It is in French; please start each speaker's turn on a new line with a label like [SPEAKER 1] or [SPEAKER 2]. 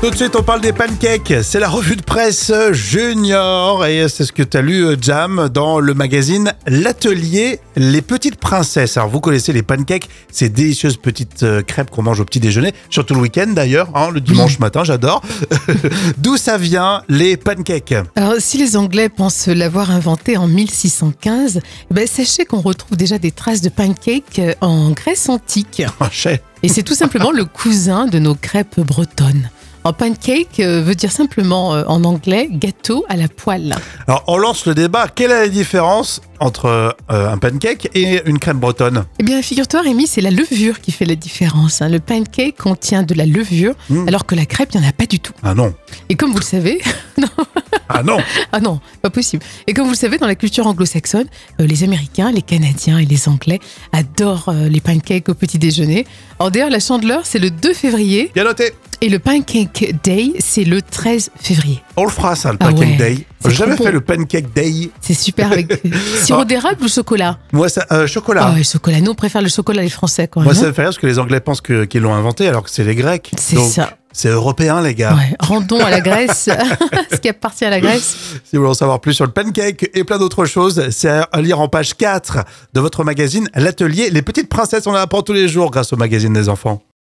[SPEAKER 1] Tout de suite, on parle des pancakes. C'est la revue de presse junior et c'est ce que tu as lu, euh, Jam, dans le magazine L'Atelier Les Petites Princesses. Alors, vous connaissez les pancakes, ces délicieuses petites euh, crêpes qu'on mange au petit déjeuner, surtout le week-end d'ailleurs, hein, le dimanche matin, j'adore. D'où ça vient les pancakes
[SPEAKER 2] Alors, si les Anglais pensent l'avoir inventé en 1615, ben, sachez qu'on retrouve déjà des traces de pancakes euh, en Grèce antique.
[SPEAKER 1] Un chef.
[SPEAKER 2] Et c'est tout simplement le cousin de nos crêpes bretonnes. En pancake euh, veut dire simplement euh, en anglais gâteau à la poêle.
[SPEAKER 1] Alors, on lance le débat. Quelle est la différence entre euh, un pancake et une crêpe bretonne
[SPEAKER 2] Eh bien, figure-toi, Rémi, c'est la levure qui fait la différence. hein. Le pancake contient de la levure,
[SPEAKER 1] Mm.
[SPEAKER 2] alors que la crêpe, il n'y en a pas du tout.
[SPEAKER 1] Ah non
[SPEAKER 2] Et comme vous le savez,
[SPEAKER 1] Ah non
[SPEAKER 2] Ah non, pas possible. Et comme vous le savez, dans la culture anglo-saxonne, euh, les Américains, les Canadiens et les Anglais adorent euh, les pancakes au petit déjeuner. En d'ailleurs, la chandeleur, c'est le 2 février
[SPEAKER 1] Bien noté
[SPEAKER 2] et le Pancake Day, c'est le 13 février.
[SPEAKER 1] On le fera ça, le
[SPEAKER 2] Ah
[SPEAKER 1] Pancake
[SPEAKER 2] ouais,
[SPEAKER 1] Day.
[SPEAKER 2] c'est
[SPEAKER 1] J'ai jamais
[SPEAKER 2] trop
[SPEAKER 1] fait
[SPEAKER 2] bon.
[SPEAKER 1] le Pancake Day.
[SPEAKER 2] C'est super avec
[SPEAKER 1] Ah.
[SPEAKER 2] sirop d'érable ou chocolat
[SPEAKER 1] Moi, ça, euh, chocolat.
[SPEAKER 2] Ah ouais, chocolat. Nous, on préfère le chocolat, les Français, quand
[SPEAKER 1] Moi,
[SPEAKER 2] même. hein.
[SPEAKER 1] ça me fait rire parce que les Anglais pensent que- qu'ils l'ont inventé alors que c'est les Grecs.
[SPEAKER 2] C'est
[SPEAKER 1] Donc, ah.
[SPEAKER 2] ça.
[SPEAKER 1] C'est européen, les gars.
[SPEAKER 2] Ouais, rendons à la Grèce ce qui appartient à la Grèce.
[SPEAKER 1] Si vous voulez en savoir plus sur le pancake et plein d'autres choses, c'est à lire en page 4 de votre magazine L'Atelier. Les petites princesses, on en apprend tous les jours grâce au magazine des enfants.